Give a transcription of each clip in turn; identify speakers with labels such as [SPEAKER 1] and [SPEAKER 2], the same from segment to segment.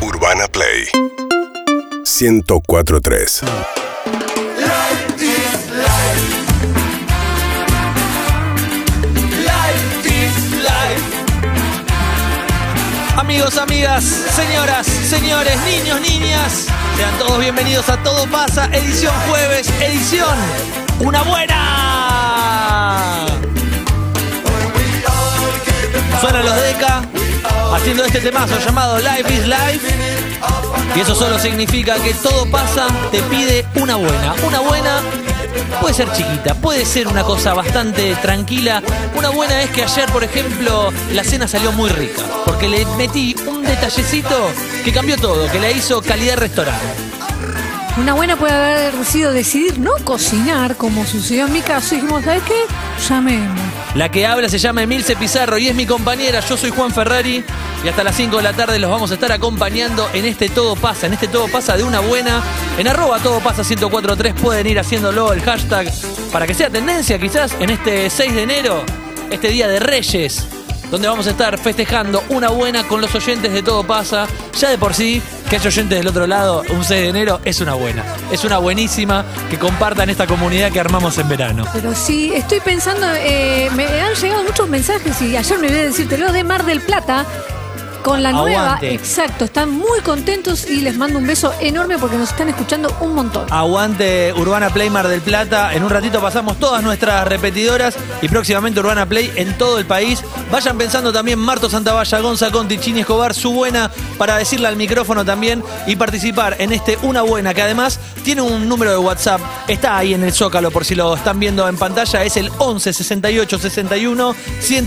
[SPEAKER 1] Urbana Play 1043.
[SPEAKER 2] Amigos, amigas, señoras, señores, niños, niñas, sean todos bienvenidos a Todo Pasa, edición jueves, edición Una Buena. Suenan los Deca haciendo este temazo llamado Life is Life. Y eso solo significa que todo pasa, te pide una buena. Una buena puede ser chiquita, puede ser una cosa bastante tranquila. Una buena es que ayer, por ejemplo, la cena salió muy rica, porque le metí un detallecito que cambió todo, que la hizo calidad restaurante.
[SPEAKER 3] Una buena puede haber sido decidir no cocinar, como sucedió en mi caso. Y dijimos, ¿sabes qué? Llamemos.
[SPEAKER 2] La que habla se llama Emilce Pizarro y es mi compañera. Yo soy Juan Ferrari y hasta las 5 de la tarde los vamos a estar acompañando en este Todo Pasa, en este Todo Pasa de una buena. En arroba Todo Pasa 1043 pueden ir haciéndolo el hashtag para que sea tendencia quizás en este 6 de enero, este día de Reyes, donde vamos a estar festejando una buena con los oyentes de Todo Pasa. Ya de por sí, que haya oyentes del otro lado un 6 de enero es una buena. Es una buenísima que compartan esta comunidad que armamos en verano.
[SPEAKER 3] Pero sí, estoy pensando, eh, me han llegado muchos mensajes y ayer me olvidé de decírtelo de Mar del Plata. Con la nueva,
[SPEAKER 2] Aguante.
[SPEAKER 3] exacto, están muy contentos y les mando un beso enorme porque nos están escuchando un montón.
[SPEAKER 2] Ah, Aguante Urbana Play Mar del Plata. En un ratito pasamos todas nuestras repetidoras y próximamente Urbana Play en todo el país. Vayan pensando también Marto Santavalla, Gonza Conti, Chini Escobar, su buena, para decirle al micrófono también y participar en este Una Buena, que además tiene un número de WhatsApp. Está ahí en el Zócalo, por si lo están viendo en pantalla. Es el 11 68 61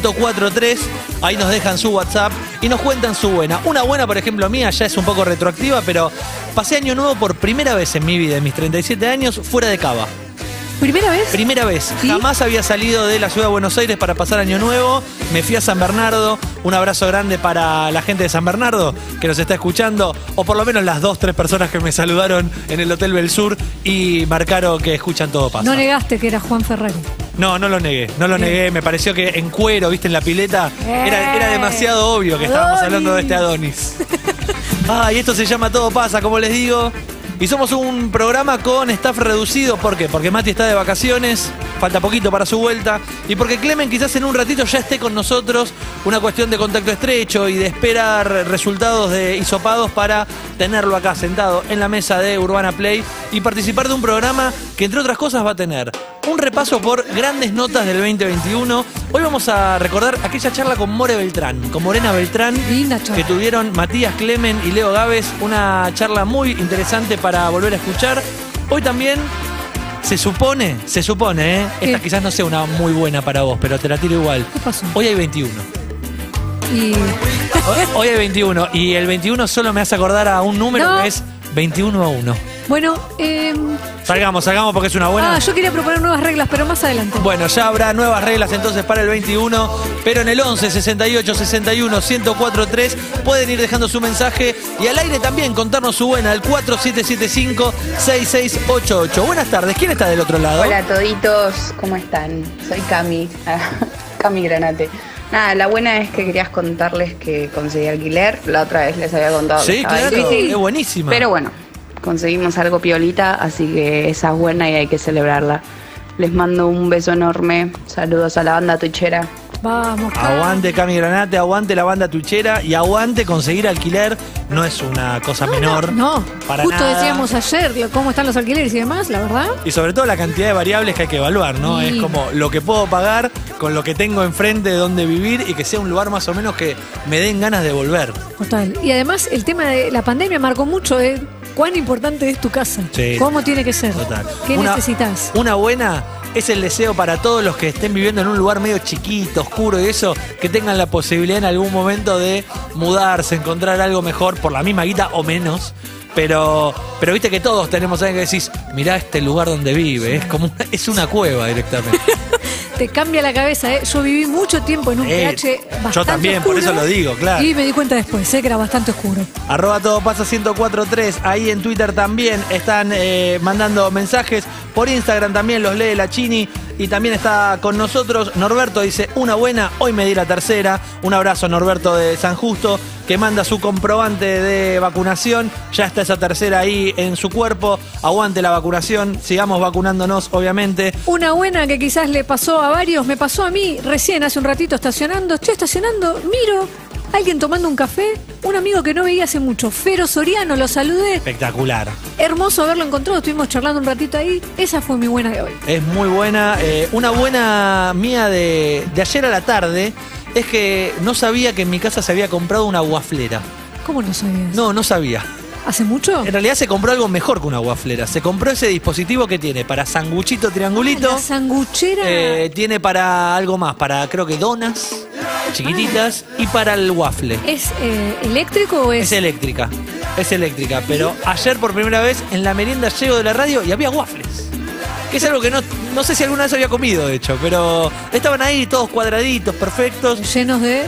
[SPEAKER 2] 1043. Ahí nos dejan su WhatsApp y nos cuentan su buena. Una buena, por ejemplo, mía ya es un poco retroactiva, pero pasé año nuevo por primera vez en mi vida, en mis 37 años, fuera de Cava.
[SPEAKER 3] ¿Primera vez?
[SPEAKER 2] Primera vez.
[SPEAKER 3] ¿Sí?
[SPEAKER 2] Jamás había salido de la ciudad de Buenos Aires para pasar año nuevo. Me fui a San Bernardo. Un abrazo grande para la gente de San Bernardo que nos está escuchando, o por lo menos las dos, tres personas que me saludaron en el Hotel Bel Sur y marcaron que escuchan todo pasa.
[SPEAKER 3] no negaste que era Juan Ferrari.
[SPEAKER 2] No, no lo negué, no lo negué. Me pareció que en cuero, viste, en la pileta, era, era demasiado obvio que estábamos
[SPEAKER 3] Adonis.
[SPEAKER 2] hablando de este Adonis. Ah, y esto se llama Todo pasa, como les digo. Y somos un programa con staff reducido. ¿Por qué? Porque Mati está de vacaciones, falta poquito para su vuelta. Y porque Clemen quizás en un ratito ya esté con nosotros. Una cuestión de contacto estrecho y de esperar resultados de hisopados para tenerlo acá sentado en la mesa de Urbana Play y participar de un programa que entre otras cosas va a tener un repaso por grandes notas del 2021. Hoy vamos a recordar aquella charla con More Beltrán, con Morena Beltrán,
[SPEAKER 3] Linda charla.
[SPEAKER 2] que tuvieron Matías Clemen y Leo Gávez una charla muy interesante para volver a escuchar. Hoy también se supone, se supone, ¿eh? esta
[SPEAKER 3] ¿Qué?
[SPEAKER 2] quizás no sea una muy buena para vos, pero te la tiro igual.
[SPEAKER 3] ¿Qué pasó?
[SPEAKER 2] Hoy hay 21.
[SPEAKER 3] Y
[SPEAKER 2] Hoy, hoy hay 21 y el 21 solo me hace acordar a un número
[SPEAKER 3] No.
[SPEAKER 2] que es 21 a 1.
[SPEAKER 3] bueno, eh,
[SPEAKER 2] Salgamos, salgamos porque es una buena.
[SPEAKER 3] ah, yo quería proponer nuevas reglas, pero más adelante.
[SPEAKER 2] Bueno, ya habrá nuevas reglas entonces para el 21, pero en el 11 68 61 1043 pueden ir dejando su mensaje y al aire también contarnos su buena al 4775 6688. Buenas tardes, ¿quién está del otro lado?
[SPEAKER 4] Hola toditos, ¿cómo están? Soy Cami, ah, Cami Granate. Nada, la buena es que querías contarles que conseguí alquiler, la otra vez les había contado que
[SPEAKER 2] Sí,
[SPEAKER 4] estaba
[SPEAKER 2] claro,
[SPEAKER 4] difícil,
[SPEAKER 2] es buenísima.
[SPEAKER 4] pero bueno, conseguimos algo piolita, así que esa es buena y hay que celebrarla. Les mando un beso enorme, saludos a la banda tuchera.
[SPEAKER 3] Vamos, Cam.
[SPEAKER 2] Aguante Cami Granate, aguante la banda tuchera y aguante conseguir alquiler, no es una cosa menor.
[SPEAKER 3] No,
[SPEAKER 2] para
[SPEAKER 3] justo
[SPEAKER 2] nada.
[SPEAKER 3] decíamos ayer lo- cómo están los alquileres y demás, la verdad.
[SPEAKER 2] Y sobre todo la cantidad de variables que hay que evaluar, ¿no?
[SPEAKER 3] Sí.
[SPEAKER 2] Es como lo que puedo pagar con lo que tengo enfrente de dónde vivir y que sea un lugar más o menos que me den ganas de volver.
[SPEAKER 3] Total. Y además el tema de la pandemia marcó mucho eh, cuán importante es tu casa.
[SPEAKER 2] Sí.
[SPEAKER 3] ¿Cómo tiene que ser?
[SPEAKER 2] Total.
[SPEAKER 3] ¿Qué
[SPEAKER 2] Una-
[SPEAKER 3] necesitas?
[SPEAKER 2] Una buena es el deseo para todos los que estén viviendo en un lugar medio chiquito, oscuro y eso, que tengan la posibilidad en algún momento de mudarse, encontrar algo mejor por la misma guita o menos. Pero, pero viste que todos tenemos alguien que decís, mirá este lugar donde vive, es como una- es una cueva directamente.
[SPEAKER 3] Te cambia la cabeza, ¿eh? Yo viví mucho tiempo en un
[SPEAKER 2] Eh,
[SPEAKER 3] PH
[SPEAKER 2] yo
[SPEAKER 3] bastante
[SPEAKER 2] también, por
[SPEAKER 3] oscuro
[SPEAKER 2] eso lo digo, claro.
[SPEAKER 3] Y me di cuenta después, ¿eh? que era bastante oscuro.
[SPEAKER 2] Arroba todo pasa 1043. Ahí en Twitter también están eh, mandando mensajes. Por Instagram también los lee la Chini. Y también está con nosotros Norberto, dice, una buena, hoy me di la tercera. Un abrazo Norberto de San Justo, que manda su comprobante de vacunación. Ya está esa tercera ahí en su cuerpo. Aguante la vacunación, sigamos vacunándonos, obviamente.
[SPEAKER 3] Una buena que quizás le pasó a varios, me pasó a mí recién hace un ratito estacionando. Estoy estacionando, miro, alguien tomando un café, un amigo que no veía hace mucho, Fero Soriano, lo saludé.
[SPEAKER 2] Espectacular.
[SPEAKER 3] Hermoso haberlo encontrado, estuvimos charlando un ratito ahí. Esa fue mi buena de hoy.
[SPEAKER 2] Es muy buena. eh, una buena mía de, de ayer a la tarde es que no sabía que en mi casa se había comprado una guaflera.
[SPEAKER 3] ¿Cómo no sabías?
[SPEAKER 2] No, no sabía.
[SPEAKER 3] ¿Hace mucho?
[SPEAKER 2] En realidad se compró algo mejor que una guaflera. Se compró ese dispositivo que tiene para sanguchito triangulito.
[SPEAKER 3] La sanguchera.
[SPEAKER 2] eh, tiene para algo más, para creo que donas chiquititas y para el waffle.
[SPEAKER 3] ¿Es eh, eléctrico o
[SPEAKER 2] Es
[SPEAKER 3] es?
[SPEAKER 2] eléctrica, es eléctrica, pero ayer por primera vez en la merienda llego de la radio y había waffles. Que es algo que no, no sé si alguna vez había comido, de hecho, pero estaban ahí todos cuadraditos, perfectos,
[SPEAKER 3] Llenos de.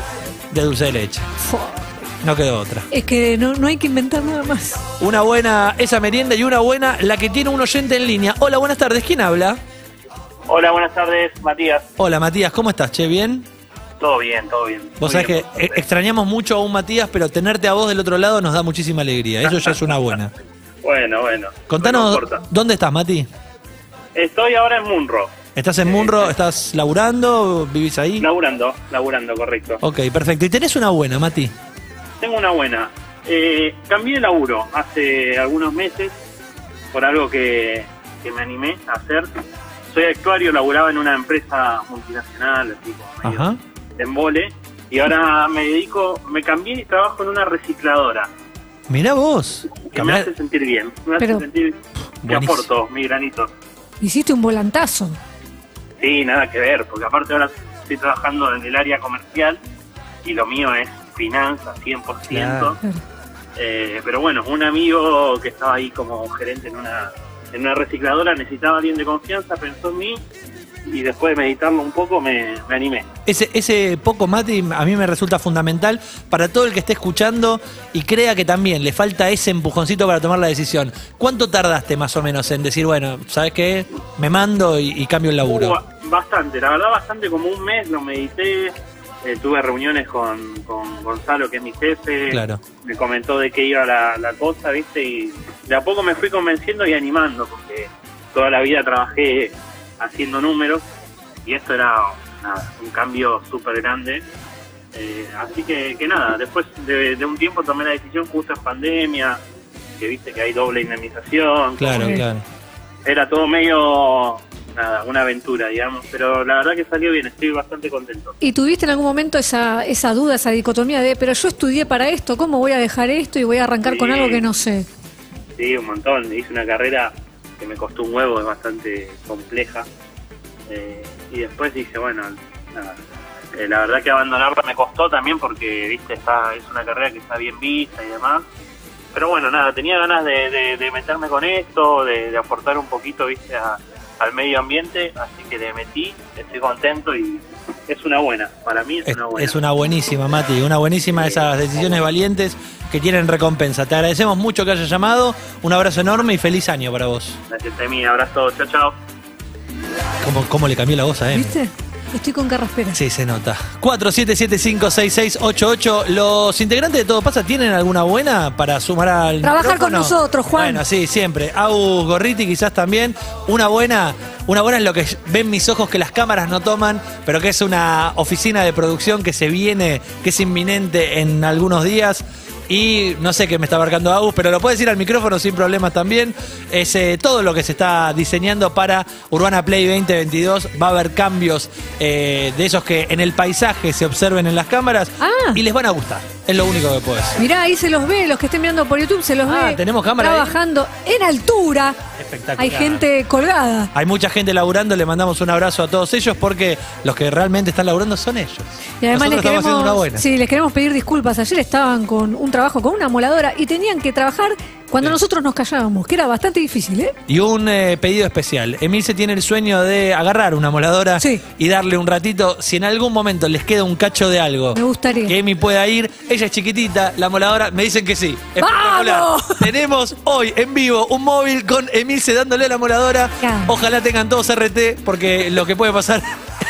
[SPEAKER 2] de dulce de leche.
[SPEAKER 3] Fua.
[SPEAKER 2] No quedó otra.
[SPEAKER 3] Es que no, no hay que inventar nada más.
[SPEAKER 2] Una buena esa merienda y una buena la que tiene un oyente en línea. Hola, buenas tardes, ¿quién habla?
[SPEAKER 1] Hola, buenas tardes, Matías.
[SPEAKER 2] Hola Matías, ¿cómo estás? Che, ¿bien?
[SPEAKER 1] Todo bien, todo bien.
[SPEAKER 2] Vos
[SPEAKER 1] Muy
[SPEAKER 2] sabés que
[SPEAKER 1] bien.
[SPEAKER 2] eh, extrañamos mucho a un Matías, pero tenerte a vos del otro lado nos da muchísima alegría. Eso ya es una buena.
[SPEAKER 1] Bueno, bueno. No
[SPEAKER 2] eh, Contanos,
[SPEAKER 1] importa.
[SPEAKER 2] ¿dónde estás, Mati?
[SPEAKER 1] Estoy ahora en Munro,
[SPEAKER 2] ¿Estás
[SPEAKER 1] Eh,
[SPEAKER 2] en Munro? ¿Estás laburando? ¿Vivís ahí?
[SPEAKER 1] laburando, laburando, correcto.
[SPEAKER 2] Ok, perfecto. Y tenés una buena, Mati.
[SPEAKER 1] Tengo una buena. Eh, cambié de laburo hace algunos meses por algo que, que me animé a hacer. Soy actuario, laburaba en una empresa multinacional, así como medio
[SPEAKER 2] Ajá.
[SPEAKER 1] de embole, y ahora me dedico, me cambié y trabajo en una recicladora,
[SPEAKER 2] Mirá vos.
[SPEAKER 1] que me
[SPEAKER 2] Caminás-
[SPEAKER 1] hace sentir bien, me hace
[SPEAKER 3] Pero-
[SPEAKER 1] sentir que
[SPEAKER 2] buenísimo.
[SPEAKER 1] aporto mi granito.
[SPEAKER 3] Hiciste un volantazo.
[SPEAKER 1] Sí, nada que ver, porque aparte ahora estoy trabajando en el área comercial y lo mío es finanzas 100%.
[SPEAKER 2] Claro.
[SPEAKER 1] Eh, pero bueno, un amigo que estaba ahí como gerente en una, en una recicladora necesitaba alguien de confianza, pensó en mí y después de meditarlo un poco me, me animé.
[SPEAKER 2] Ese, ese poco Mati a mí me resulta fundamental para todo el que esté escuchando y crea que también le falta ese empujoncito para tomar la decisión. ¿Cuánto tardaste más o menos en decir, bueno, ¿sabes qué? Me mando y, y cambio el laburo?
[SPEAKER 1] Uh, ba- bastante, la verdad bastante como un mes lo medité, eh, tuve reuniones con, con Gonzalo, que es mi jefe,
[SPEAKER 2] Claro.
[SPEAKER 1] me comentó de qué iba la, la cosa, ¿viste? Y de a poco me fui convenciendo y animando, porque toda la vida trabajé haciendo números y esto era nada, un cambio súper grande. Eh, así que, que nada, después de, de un tiempo tomé la decisión justo en pandemia, que viste que hay doble indemnización,
[SPEAKER 2] Claro,
[SPEAKER 3] Sí.
[SPEAKER 2] claro.
[SPEAKER 1] era todo medio nada, una aventura, digamos, pero la verdad que salió bien, estoy bastante contento.
[SPEAKER 3] ¿Y tuviste en algún momento esa, esa duda, esa dicotomía de, pero yo estudié para esto, ¿cómo voy a dejar esto y voy a arrancar con
[SPEAKER 1] Sí.
[SPEAKER 3] algo que no sé?
[SPEAKER 1] Sí, un montón, hice una carrera que me costó un huevo, es bastante compleja. Eh, y después dije, bueno, nada, eh, la verdad que abandonarla me costó también porque, viste, está, es una carrera que está bien vista y demás. Pero bueno, nada, tenía ganas de, de- de meterme con esto, de, de aportar un poquito, viste, a- al medio ambiente, así que le metí, estoy contento y es una buena, para mí es,
[SPEAKER 2] Es
[SPEAKER 1] una buena.
[SPEAKER 2] es una buenísima, Mati, una buenísima de esas decisiones valientes que tienen recompensa. Te agradecemos mucho que hayas llamado, un abrazo enorme y feliz año para vos.
[SPEAKER 1] Gracias, Temi, abrazo, chao, chao.
[SPEAKER 2] ¿Cómo, cómo le cambió la voz a él?
[SPEAKER 3] ¿Viste? Estoy con carraspera.
[SPEAKER 2] Sí, se nota. 47756688. ¿Los integrantes de Todo Pasa tienen alguna buena para sumar al.
[SPEAKER 3] Trabajar con
[SPEAKER 2] micrófono?
[SPEAKER 3] nosotros, Juan.
[SPEAKER 2] Bueno, sí, siempre. Agus Gorriti, quizás también. Una buena. Una buena es lo que ven mis ojos que las cámaras no toman, pero que es una oficina de producción que se viene, que es inminente en algunos días. Y no sé qué me está abarcando Agus, pero lo puedes decir al micrófono sin problemas también. Es eh, todo lo que se está diseñando para Urbana Play 2022. Va a haber cambios eh, de esos que en el paisaje se observen en las cámaras
[SPEAKER 3] Ah.
[SPEAKER 2] y les van a gustar. Es lo único que puedo decir.
[SPEAKER 3] Mirá, ahí se los ve, los que estén mirando por YouTube se los
[SPEAKER 2] Ah,
[SPEAKER 3] ve.
[SPEAKER 2] tenemos cámara ahí.
[SPEAKER 3] Trabajando en altura.
[SPEAKER 2] Espectacular.
[SPEAKER 3] Hay gente colgada.
[SPEAKER 2] Hay mucha gente laburando, le mandamos un abrazo a todos ellos porque los que realmente están laburando son ellos.
[SPEAKER 3] Y además
[SPEAKER 2] Nosotros
[SPEAKER 3] les
[SPEAKER 2] estamos haciendo una
[SPEAKER 3] queremos,
[SPEAKER 2] buena.
[SPEAKER 3] sí, les queremos pedir disculpas. Ayer estaban con un trabajo con una moladora y tenían que trabajar Cuando nosotros nos callábamos, que era bastante difícil, ¿eh?
[SPEAKER 2] Y un eh, pedido especial. Emil se tiene el sueño de agarrar una moladora
[SPEAKER 3] Sí.
[SPEAKER 2] y darle un ratito. Si en algún momento les queda un cacho de algo,
[SPEAKER 3] Me gustaría.
[SPEAKER 2] que Emi pueda ir. Ella es chiquitita, la moladora. Me dicen que sí. Espectacular.
[SPEAKER 3] ¡Vamos!
[SPEAKER 2] Tenemos hoy en vivo un móvil con Emilce dándole a la moladora.
[SPEAKER 3] Claro.
[SPEAKER 2] Ojalá tengan todos RT, porque lo que puede pasar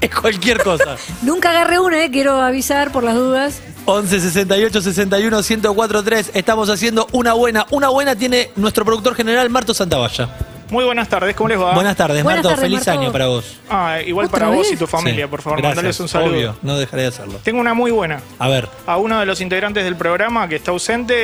[SPEAKER 2] es cualquier cosa.
[SPEAKER 3] Nunca agarré una, ¿eh? Quiero avisar por las dudas.
[SPEAKER 2] 11 68 61 1043. Estamos haciendo una buena. Una buena tiene nuestro productor general, Marto Santavalla.
[SPEAKER 5] Muy buenas tardes, ¿cómo les va?
[SPEAKER 2] Buenas tardes,
[SPEAKER 3] Buenas
[SPEAKER 2] Marto.
[SPEAKER 3] tardes,
[SPEAKER 2] Feliz
[SPEAKER 3] Marto.
[SPEAKER 2] año para vos.
[SPEAKER 5] Ah, igual
[SPEAKER 3] ¿Otra
[SPEAKER 5] para vos
[SPEAKER 3] vez?
[SPEAKER 5] y tu familia,
[SPEAKER 2] Sí,
[SPEAKER 5] por favor,
[SPEAKER 2] gracias,
[SPEAKER 5] mandales un saludo.
[SPEAKER 2] obvio, no dejaré de hacerlo.
[SPEAKER 5] Tengo una muy buena.
[SPEAKER 2] A ver,
[SPEAKER 5] A uno de los integrantes del programa que está ausente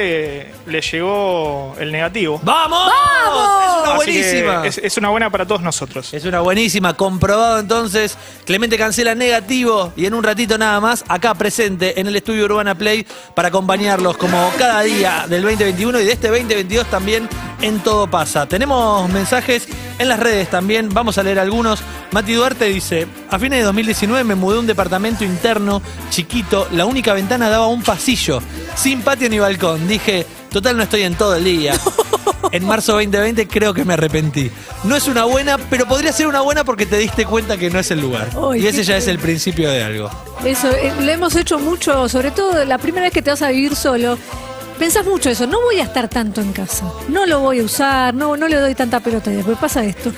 [SPEAKER 5] eh, le llegó el negativo.
[SPEAKER 2] ¡vamos! Es una
[SPEAKER 5] Así que
[SPEAKER 2] buenísima.
[SPEAKER 5] Es, es una buena para todos nosotros.
[SPEAKER 2] Es una buenísima, comprobado entonces. Clemente cancela negativo y en un ratito nada más, acá presente en el estudio Urbana Play para acompañarlos como cada día del 2021 y de este 2022 también en todo pasa. Tenemos mensajes en las redes también, vamos a leer algunos. Mati Duarte dice, a fines de 2019 me mudé a un departamento interno chiquito, la única ventana daba a un pasillo, sin patio ni balcón. Dije, total no estoy en todo el día. En marzo 2020 creo que me arrepentí. No es una buena, pero podría ser una buena porque te diste cuenta que no es el lugar.
[SPEAKER 3] Ay,
[SPEAKER 2] y ese
[SPEAKER 3] qué
[SPEAKER 2] ya es
[SPEAKER 3] feo.
[SPEAKER 2] el principio de algo.
[SPEAKER 3] Eso, eh, lo hemos hecho mucho, sobre todo la primera vez que te vas a vivir solo. Pensás mucho eso, no voy a estar tanto en casa, no lo voy a usar, no, no le doy tanta pelota y después pasa esto.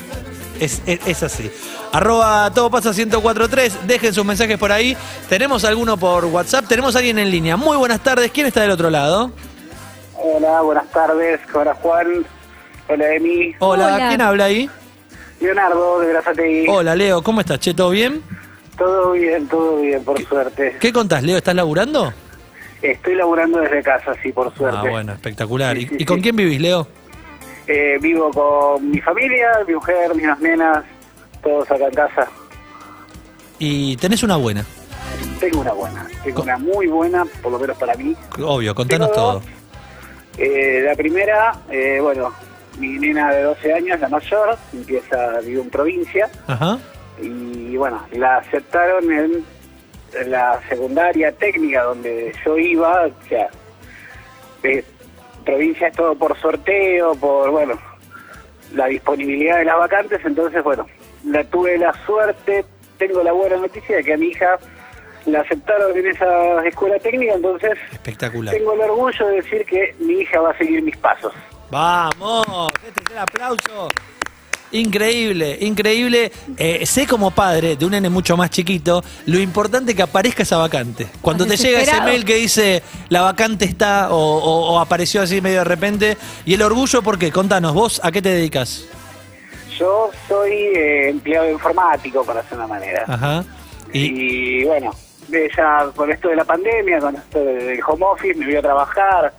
[SPEAKER 2] Es, es- es así. Arroba todo pasa 1043. Dejen sus mensajes por ahí. Tenemos alguno por WhatsApp. Tenemos alguien en línea. Muy buenas tardes. ¿Quién está del otro lado?
[SPEAKER 6] Hola, buenas tardes. Hola, Juan. Hola, Emi.
[SPEAKER 2] Hola,
[SPEAKER 3] Hola.
[SPEAKER 2] ¿quién habla ahí?
[SPEAKER 6] Leonardo, de Brazate.
[SPEAKER 2] Hola, Leo. ¿Cómo estás? Che, ¿todo bien?
[SPEAKER 6] Todo bien, todo bien, por suerte.
[SPEAKER 2] ¿Qué contás, Leo? ¿Estás laburando?
[SPEAKER 6] Estoy laburando desde casa, sí, por suerte.
[SPEAKER 2] Ah, bueno, espectacular.
[SPEAKER 6] Sí,
[SPEAKER 2] ¿Y,
[SPEAKER 6] sí,
[SPEAKER 2] y con
[SPEAKER 6] sí.
[SPEAKER 2] quién vivís, Leo?
[SPEAKER 6] Eh, vivo con mi familia, mi mujer, mis dos nenas, todos acá en casa.
[SPEAKER 2] Y tenés una buena.
[SPEAKER 6] Tengo una buena, tengo
[SPEAKER 2] Co-
[SPEAKER 6] una muy buena, por lo menos para mí.
[SPEAKER 2] Obvio, contanos
[SPEAKER 6] Tengo dos.
[SPEAKER 2] todo.
[SPEAKER 6] Eh, la primera, eh, bueno, mi nena de 12 años, la mayor, empieza, vivo en provincia.
[SPEAKER 2] Ajá.
[SPEAKER 6] y bueno, la aceptaron en la secundaria técnica donde yo iba, o sea, de provincia es todo por sorteo, por, bueno, la disponibilidad de las vacantes, entonces, bueno, la tuve la suerte, tengo la buena noticia de que a mi hija la aceptaron en esa escuela técnica, entonces
[SPEAKER 2] Espectacular.
[SPEAKER 6] tengo el orgullo de decir que mi hija va a seguir mis pasos.
[SPEAKER 2] Vamos, este es el aplauso. Increíble, increíble. Eh, sé como padre de un nene mucho más chiquito lo importante que aparezca esa vacante. Cuando te llega ese
[SPEAKER 3] Desesperado.
[SPEAKER 2] mail que dice la vacante está o, o- o apareció así medio de repente. Y el orgullo, ¿por qué? Contanos, vos a qué te dedicas.
[SPEAKER 6] Yo soy eh, empleado informático, para hacer una manera.
[SPEAKER 2] Ajá. Ah, Y,
[SPEAKER 6] Y, bueno, ella con esto de la pandemia, con esto del home office, me vio a trabajar,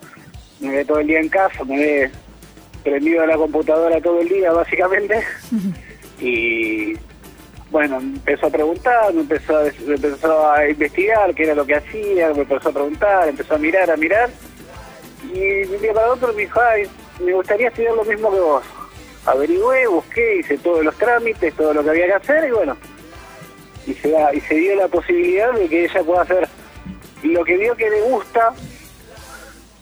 [SPEAKER 6] me ve todo el día en casa, me ve prendido a la computadora todo el día, básicamente. y bueno, empezó a preguntar, me empezó a, me empezó a investigar qué era lo que hacía, me empezó a preguntar, empezó a mirar, a mirar. Y de un día para otro me dijo, ay, me gustaría estudiar lo mismo que vos. Averigüé, busqué, hice todos los trámites, todo lo que había que hacer y bueno, y se, da- y se dio la posibilidad de que ella pueda hacer lo que vio que le gusta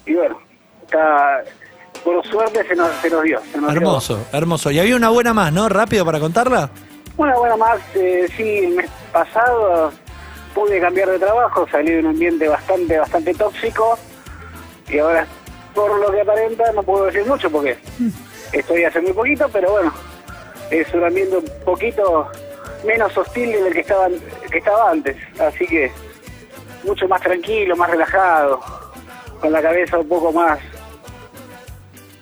[SPEAKER 6] y bueno está por suerte se nos, se nos dio se nos dio.
[SPEAKER 2] hermoso, hermoso. Y había una buena más, ¿no? Rápido para contarla.
[SPEAKER 6] una buena más eh, sí el mes pasado pude cambiar de trabajo salí de un ambiente bastante bastante tóxico y ahora por lo que aparenta no puedo decir mucho porque estoy hace muy poquito pero bueno es un ambiente un poquito menos hostil del que estaba, que estaba antes así que mucho más tranquilo más relajado con la cabeza un poco más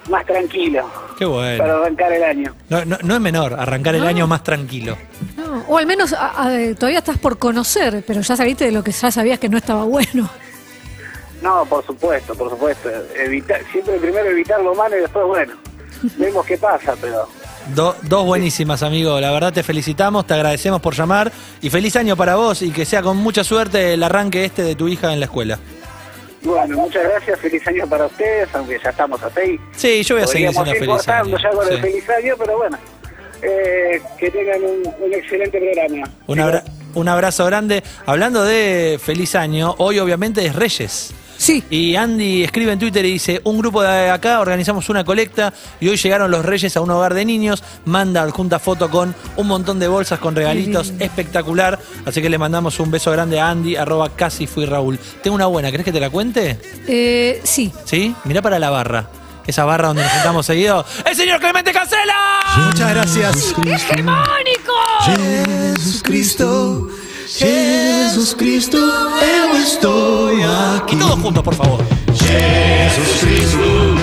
[SPEAKER 6] más tranquilo
[SPEAKER 2] Qué
[SPEAKER 6] para
[SPEAKER 2] bueno.
[SPEAKER 6] arrancar el año
[SPEAKER 2] No, no- no es menor, arrancar el año más tranquilo.
[SPEAKER 3] No, o al menos a- a- eh, todavía estás por conocer, pero ya saliste de lo que ya sabías que no estaba bueno.
[SPEAKER 6] No, por supuesto, por supuesto. Evitar, siempre primero evitar lo malo y después, bueno, vemos qué pasa, pero
[SPEAKER 2] Do- dos buenísimas, amigo. La verdad te felicitamos, te agradecemos por llamar y feliz año para vos y que sea con mucha suerte el arranque este de tu hija en la escuela.
[SPEAKER 6] bueno, muchas gracias, feliz año para ustedes, aunque ya estamos a seis.
[SPEAKER 2] Sí, yo voy a seguir
[SPEAKER 6] Podríamos
[SPEAKER 2] diciendo
[SPEAKER 6] ir
[SPEAKER 2] feliz año.
[SPEAKER 6] cortando ya con el
[SPEAKER 2] Sí.
[SPEAKER 6] feliz año, pero bueno, eh, que tengan un, un excelente programa.
[SPEAKER 2] Un, abra- un abrazo grande. Hablando de feliz año, hoy obviamente es Reyes.
[SPEAKER 3] Sí.
[SPEAKER 2] Y Andy escribe en Twitter y dice, un grupo de acá organizamos una colecta y hoy llegaron los reyes a un hogar de niños, manda adjunta foto con un montón de bolsas con regalitos, espectacular. Así que le mandamos un beso grande a Andy, arroba casi fui Raúl. Tengo una buena, ¿crees que te la cuente?
[SPEAKER 3] Eh, sí.
[SPEAKER 2] ¿Sí? Mirá para la barra. Esa barra donde nos sentamos seguido. ¡El señor Clemente Cancela!
[SPEAKER 7] Muchas gracias.
[SPEAKER 3] ¡Hegemónico!
[SPEAKER 7] Jesús Cristo, Jesús Cristo, eu estou aqui.
[SPEAKER 2] Y todos juntos, por favor.
[SPEAKER 7] Jesus Cristo,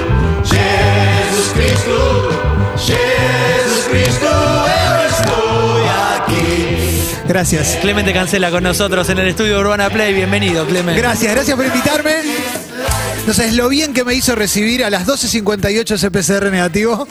[SPEAKER 7] Jesus Cristo, Jesus Cristo, eu estou aqui. Gracias.
[SPEAKER 2] Clemente Cancela con nosotros en el estudio Urbana Play. Bienvenido, Clemente.
[SPEAKER 7] Gracias, gracias por invitarme. No sabes lo bien que me hizo recibir a las 12.58 ese PCR negativo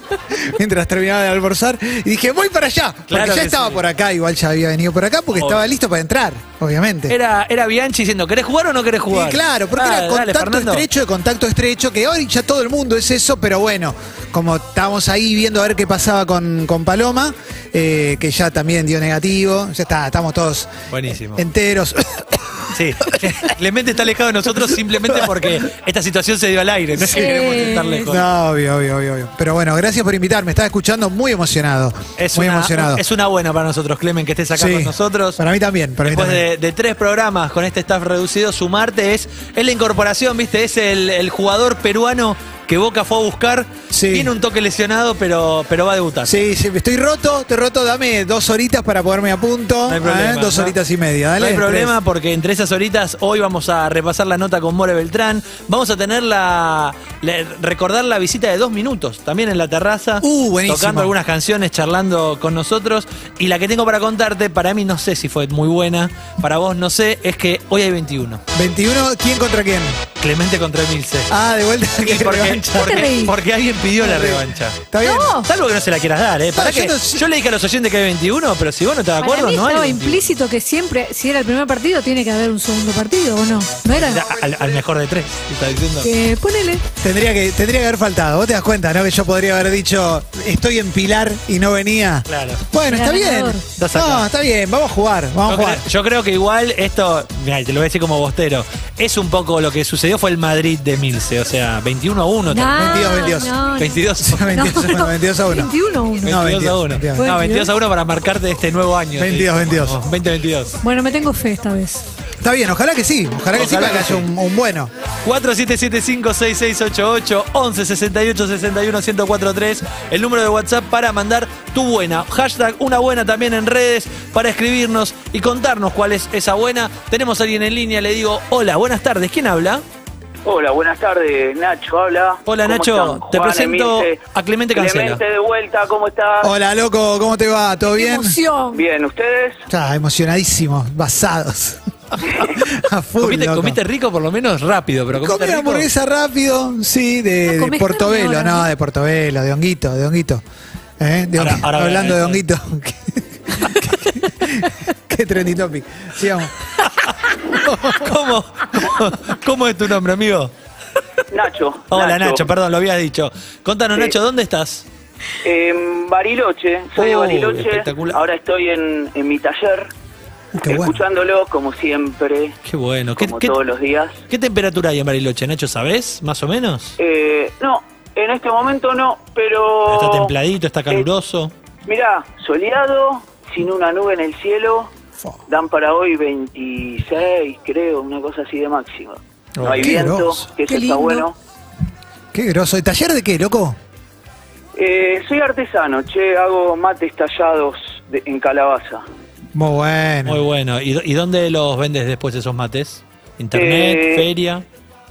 [SPEAKER 7] mientras terminaba de almorzar. Y dije, voy para allá. Porque
[SPEAKER 2] Claro
[SPEAKER 7] ya
[SPEAKER 2] que
[SPEAKER 7] estaba
[SPEAKER 2] sí.
[SPEAKER 7] por acá, igual ya había venido por acá porque
[SPEAKER 2] Obvio.
[SPEAKER 7] estaba listo para entrar, obviamente.
[SPEAKER 2] Era, era Bianchi diciendo, ¿querés jugar o no querés jugar?
[SPEAKER 7] Y claro, porque
[SPEAKER 2] Ah,
[SPEAKER 7] era
[SPEAKER 2] dale,
[SPEAKER 7] contacto
[SPEAKER 2] Fernando.
[SPEAKER 7] estrecho de contacto estrecho, que hoy ya todo el mundo es eso, pero bueno, como estábamos ahí viendo a ver qué pasaba con, con Paloma, eh, que ya también dio negativo, ya está, estamos todos
[SPEAKER 2] Buenísimo.
[SPEAKER 7] enteros.
[SPEAKER 2] Sí. Clemente está alejado de nosotros simplemente porque esta situación se dio al aire. No es que
[SPEAKER 3] Sí.
[SPEAKER 2] queremos estar lejos.
[SPEAKER 7] No, obvio, obvio, obvio, obvio. Pero bueno, gracias por invitarme, estaba escuchando muy emocionado.
[SPEAKER 2] Es
[SPEAKER 7] muy
[SPEAKER 2] una,
[SPEAKER 7] emocionado.
[SPEAKER 2] Es una buena para nosotros, Clemen, que estés acá
[SPEAKER 7] Sí,
[SPEAKER 2] con nosotros.
[SPEAKER 7] Para mí también, para mí
[SPEAKER 2] Después
[SPEAKER 7] también.
[SPEAKER 2] de, de tres programas con este staff reducido, sumarte es, es la incorporación, ¿viste? Es el, el jugador peruano que Boca fue a buscar.
[SPEAKER 7] Sí.
[SPEAKER 2] Tiene un toque lesionado, pero, pero va a debutar.
[SPEAKER 7] Sí, sí, estoy roto, estoy roto, dame dos horitas para ponerme a punto.
[SPEAKER 2] No hay
[SPEAKER 7] ¿eh?
[SPEAKER 2] problema,
[SPEAKER 7] Dos
[SPEAKER 2] ¿no?
[SPEAKER 7] horitas y media, dale.
[SPEAKER 2] No hay
[SPEAKER 7] tres.
[SPEAKER 2] problema porque entre esas horitas hoy vamos a repasar la nota con More Beltrán. Vamos a tener la, la- recordar la visita de dos minutos también en la terraza.
[SPEAKER 7] Uh, buenísimo.
[SPEAKER 2] Tocando algunas canciones, charlando con nosotros. Y la que tengo para contarte, para mí no sé si fue muy buena, para vos no sé, es que hoy hay 21.
[SPEAKER 7] 21, ¿quién contra quién?
[SPEAKER 2] Clemente contra Emilce.
[SPEAKER 7] Ah, de vuelta.
[SPEAKER 2] Y
[SPEAKER 7] qué
[SPEAKER 2] porque,
[SPEAKER 7] revancha.
[SPEAKER 3] te
[SPEAKER 2] porque,
[SPEAKER 3] reís?
[SPEAKER 2] porque alguien pidió la revancha.
[SPEAKER 7] Está bien.
[SPEAKER 3] No.
[SPEAKER 2] Salvo que no se la quieras dar, ¿eh? Para
[SPEAKER 7] yo
[SPEAKER 2] que,
[SPEAKER 7] no sé.
[SPEAKER 2] yo le dije a los oyentes que hay 21, pero si vos no estás de
[SPEAKER 3] Para
[SPEAKER 2] acuerdo,
[SPEAKER 3] mí
[SPEAKER 2] no hay.
[SPEAKER 3] estaba
[SPEAKER 2] 21.
[SPEAKER 3] implícito que siempre, si era el primer partido, tiene que haber un segundo partido, ¿o no? ¿No era?
[SPEAKER 2] Al, al mejor de tres, te está diciendo.
[SPEAKER 3] Eh, ponele.
[SPEAKER 7] Tendría que, tendría que haber faltado. Vos te das cuenta, ¿no? Que yo podría haber dicho, estoy en Pilar y no venía.
[SPEAKER 2] Claro.
[SPEAKER 7] Bueno, está bien.
[SPEAKER 3] Ganador.
[SPEAKER 2] Estás acá.
[SPEAKER 7] No, está bien. Vamos a jugar. Vamos a
[SPEAKER 2] Yo
[SPEAKER 7] jugar.
[SPEAKER 2] creo, yo creo que igual esto, mirá, te lo voy a decir como bostero, es un poco lo que sucedió fue el Madrid de Milce, o sea, 21 a 1.
[SPEAKER 3] No,
[SPEAKER 7] 22, 22.
[SPEAKER 3] no, no.
[SPEAKER 2] 22,
[SPEAKER 7] No, 22, bueno, 22 a 1.
[SPEAKER 3] 21 a 1.
[SPEAKER 2] 22 a
[SPEAKER 7] No, 22,
[SPEAKER 2] 1.
[SPEAKER 7] 22.
[SPEAKER 2] No, 22 a 1 para marcarte este nuevo año.
[SPEAKER 7] 22, 22.
[SPEAKER 2] 20 22.
[SPEAKER 3] Bueno, me tengo fe esta vez.
[SPEAKER 7] Está bien, ojalá que sí. Ojalá que sí
[SPEAKER 2] Ojalá
[SPEAKER 7] para que
[SPEAKER 2] que
[SPEAKER 7] haya un, un bueno.
[SPEAKER 2] 4775-6688, 11 68 61 1043 el número de WhatsApp para mandar tu buena. Hashtag una buena también en redes para escribirnos y contarnos cuál es esa buena. Tenemos a alguien en línea, le digo, hola, buenas tardes, ¿quién habla?
[SPEAKER 8] Hola, buenas tardes, Nacho, habla.
[SPEAKER 2] Hola,
[SPEAKER 8] ¿Cómo
[SPEAKER 2] Nacho,
[SPEAKER 8] están?
[SPEAKER 2] te
[SPEAKER 8] Juan,
[SPEAKER 2] presento
[SPEAKER 8] Emilce.
[SPEAKER 2] a Clemente Cancela.
[SPEAKER 8] Clemente de vuelta, ¿cómo estás?
[SPEAKER 7] Hola, loco. ¿Cómo te va? ¿Todo bien?
[SPEAKER 3] Emoción.
[SPEAKER 8] Bien, ¿ustedes?
[SPEAKER 7] Está emocionadísimos, basados. a full,
[SPEAKER 2] Comiste,
[SPEAKER 7] loco.
[SPEAKER 2] comiste rico por lo menos rápido, pero comiste
[SPEAKER 7] Comí una
[SPEAKER 2] rico.
[SPEAKER 7] hamburguesa rápido, sí, de,
[SPEAKER 3] No,
[SPEAKER 7] de
[SPEAKER 3] comés
[SPEAKER 7] Portobelo,
[SPEAKER 3] carne
[SPEAKER 7] no,
[SPEAKER 3] ahora, ¿no?
[SPEAKER 7] de Portobelo, de honguito, de honguito. ¿Eh? De
[SPEAKER 2] Ahora-
[SPEAKER 7] honguito.
[SPEAKER 2] ahora voy a
[SPEAKER 7] Hablando de
[SPEAKER 2] ver.
[SPEAKER 7] honguito. Qué trendy topic. Sigamos.
[SPEAKER 2] ¿Cómo, ¿Cómo es tu nombre, amigo?
[SPEAKER 8] Nacho.
[SPEAKER 2] Hola, Nacho, perdón, lo habías dicho. Contanos,
[SPEAKER 8] Sí.
[SPEAKER 2] Nacho, ¿dónde estás?
[SPEAKER 8] En Bariloche, soy de
[SPEAKER 2] Oh,
[SPEAKER 8] Bariloche.
[SPEAKER 2] espectacular.
[SPEAKER 8] Ahora estoy en, en mi taller,
[SPEAKER 7] Qué bueno.
[SPEAKER 8] escuchándolo como siempre,
[SPEAKER 2] Qué bueno. ¿Qué,
[SPEAKER 8] como
[SPEAKER 2] qué-
[SPEAKER 8] todos los días.
[SPEAKER 2] qué temperatura hay en Bariloche, Nacho? ¿Sabés? ¿Más o menos?
[SPEAKER 8] Eh, no, en este momento no, Eh, pero...
[SPEAKER 2] Está templadito, está caluroso.
[SPEAKER 8] Mirá, soleado, sin una nube en el cielo,
[SPEAKER 7] Fo.
[SPEAKER 8] dan para hoy 26, creo, una cosa así de máximo. No
[SPEAKER 7] Oh,
[SPEAKER 8] hay
[SPEAKER 7] qué
[SPEAKER 8] viento,
[SPEAKER 7] groso.
[SPEAKER 8] que eso
[SPEAKER 3] Qué
[SPEAKER 8] está
[SPEAKER 3] lindo.
[SPEAKER 8] bueno.
[SPEAKER 7] Qué groso. ¿El taller de qué, loco?
[SPEAKER 8] Eh, soy artesano, che, hago mates tallados de- en calabaza.
[SPEAKER 7] Muy bueno.
[SPEAKER 2] Muy bueno. ¿Y, y dónde los vendes después esos mates? ¿Internet?
[SPEAKER 8] Eh,
[SPEAKER 2] ¿Feria?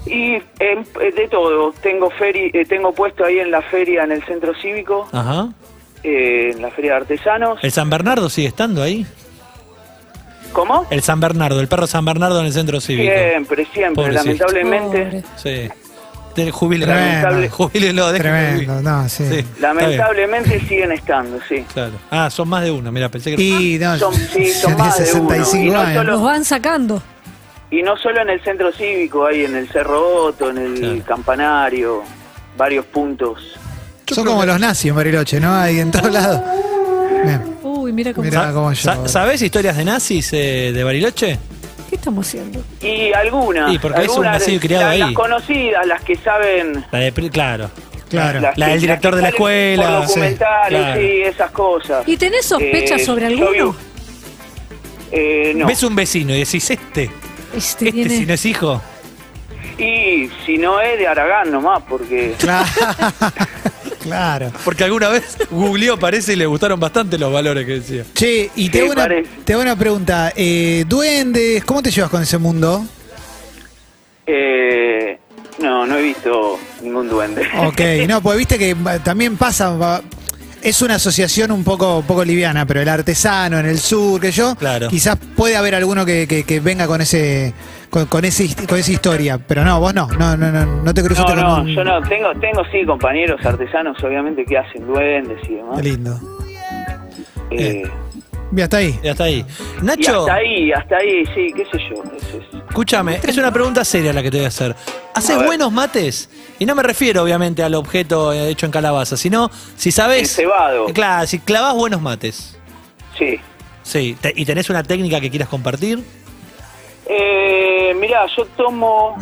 [SPEAKER 8] Y em, eh, de todo, tengo feri, eh, tengo puesto ahí en la feria, en el centro cívico,
[SPEAKER 2] Ajá.
[SPEAKER 8] eh, en la feria de artesanos.
[SPEAKER 2] ¿El San Bernardo sigue estando ahí?
[SPEAKER 8] ¿Cómo?
[SPEAKER 2] El San Bernardo, el perro San Bernardo en el centro cívico.
[SPEAKER 8] Siempre, siempre,
[SPEAKER 2] Pobrecito.
[SPEAKER 8] lamentablemente.
[SPEAKER 3] Pobre.
[SPEAKER 2] Sí. Te- Jubílelo,
[SPEAKER 7] Tremendo.
[SPEAKER 2] jubílelo, déjalo
[SPEAKER 7] Tremendo,
[SPEAKER 2] vivir.
[SPEAKER 7] no, sí.
[SPEAKER 2] está bien,
[SPEAKER 8] Lamentablemente siguen estando, sí.
[SPEAKER 2] claro. Ah, son más de uno, mira, pensé que...
[SPEAKER 7] Y no,
[SPEAKER 8] Son- sí, son
[SPEAKER 7] ya tiene
[SPEAKER 8] más de uno.
[SPEAKER 7] 65
[SPEAKER 8] Y no
[SPEAKER 7] años.
[SPEAKER 8] solo-
[SPEAKER 3] Los van sacando.
[SPEAKER 8] Y no solo en el centro cívico, hay en el Cerro Otto, en el
[SPEAKER 2] Claro.
[SPEAKER 8] campanario, varios puntos.
[SPEAKER 7] Son como los nazis en Bariloche, ¿no? Ahí en todos lados. Bien.
[SPEAKER 3] Uy, mira cómo.
[SPEAKER 7] Mirá. cómo yo.
[SPEAKER 2] ¿Sabes historias de nazis eh, de Bariloche?
[SPEAKER 3] ¿Qué estamos haciendo?
[SPEAKER 6] Y algunas.
[SPEAKER 2] Sí, porque es un
[SPEAKER 6] algunas
[SPEAKER 2] nacido y
[SPEAKER 6] de-
[SPEAKER 2] criado
[SPEAKER 6] la-
[SPEAKER 2] ahí.
[SPEAKER 6] Las conocidas, las que saben.
[SPEAKER 2] La de pri- claro.
[SPEAKER 7] Claro.
[SPEAKER 6] las
[SPEAKER 2] la
[SPEAKER 6] que-
[SPEAKER 2] del director
[SPEAKER 6] las
[SPEAKER 2] de la
[SPEAKER 6] que salen
[SPEAKER 2] escuela.
[SPEAKER 6] Por documentales,
[SPEAKER 2] sí, claro.
[SPEAKER 6] sí, esas cosas.
[SPEAKER 3] ¿Y tenés sospechas
[SPEAKER 6] Eh,
[SPEAKER 3] sobre
[SPEAKER 6] yo
[SPEAKER 3] alguno?
[SPEAKER 6] vi- eh, no.
[SPEAKER 2] Ves un vecino y decís, este,
[SPEAKER 3] Este
[SPEAKER 2] este
[SPEAKER 3] tiene-
[SPEAKER 2] si no es hijo.
[SPEAKER 6] Y si no es de Aragán nomás, porque.
[SPEAKER 7] Claro. claro.
[SPEAKER 2] Porque alguna vez googleó, parece, y le gustaron bastante los valores que decía.
[SPEAKER 7] Che, y te,
[SPEAKER 6] Sí,
[SPEAKER 7] hago una,
[SPEAKER 6] parece.
[SPEAKER 7] te hago una pregunta. Eh, duendes, ¿cómo te llevas con ese mundo?
[SPEAKER 6] eh, no, no he visto ningún duende.
[SPEAKER 7] Ok, no, pues viste que va- también pasa. va- es una asociación un poco, un poco liviana, pero el artesano en el sur, que yo,
[SPEAKER 2] Claro.
[SPEAKER 7] quizás puede haber alguno que, que- que venga con ese con, con ese hist- con esa historia, pero no, vos no, no, no, no, no te
[SPEAKER 6] No,
[SPEAKER 7] cruzaste con
[SPEAKER 6] no,
[SPEAKER 7] un-
[SPEAKER 6] yo no. Tengo, tengo sí compañeros artesanos, obviamente, que hacen duendes y demás.
[SPEAKER 7] Qué lindo.
[SPEAKER 6] Eh,
[SPEAKER 7] Mira, hasta ahí.
[SPEAKER 2] Y hasta ahí.
[SPEAKER 6] y
[SPEAKER 2] Nacho,
[SPEAKER 6] hasta ahí, hasta ahí, sí, qué sé yo. eso es-
[SPEAKER 2] escúchame, es una pregunta seria la que te voy a hacer. ¿Haces
[SPEAKER 6] A ver.
[SPEAKER 2] buenos mates? Y no me refiero, obviamente, al objeto eh, hecho en calabaza, sino si sabés. Eh,
[SPEAKER 6] Encebado.
[SPEAKER 2] Claro, si clavás buenos mates.
[SPEAKER 6] Sí.
[SPEAKER 2] Sí, te- y tenés una técnica que quieras compartir.
[SPEAKER 6] Eh, mirá, yo tomo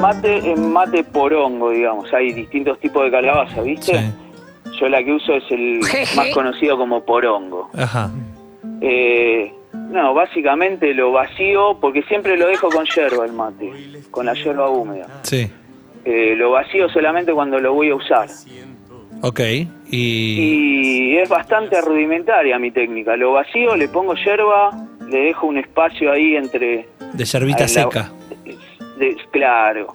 [SPEAKER 6] mate en mate porongo, digamos. Hay distintos tipos de calabaza, ¿viste? Yo la que uso es el más conocido como porongo.
[SPEAKER 2] Ajá.
[SPEAKER 6] Eh, no, básicamente lo vacío, porque siempre lo dejo con yerba el mate, con la yerba húmeda.
[SPEAKER 2] Sí.
[SPEAKER 6] Eh, lo vacío solamente cuando lo voy a usar.
[SPEAKER 2] Ok. Y.
[SPEAKER 6] Y es bastante rudimentaria mi técnica. Lo vacío, le pongo yerba, le dejo un espacio ahí entre
[SPEAKER 2] de yerbita
[SPEAKER 6] Ahí la-
[SPEAKER 2] seca.
[SPEAKER 6] de- claro.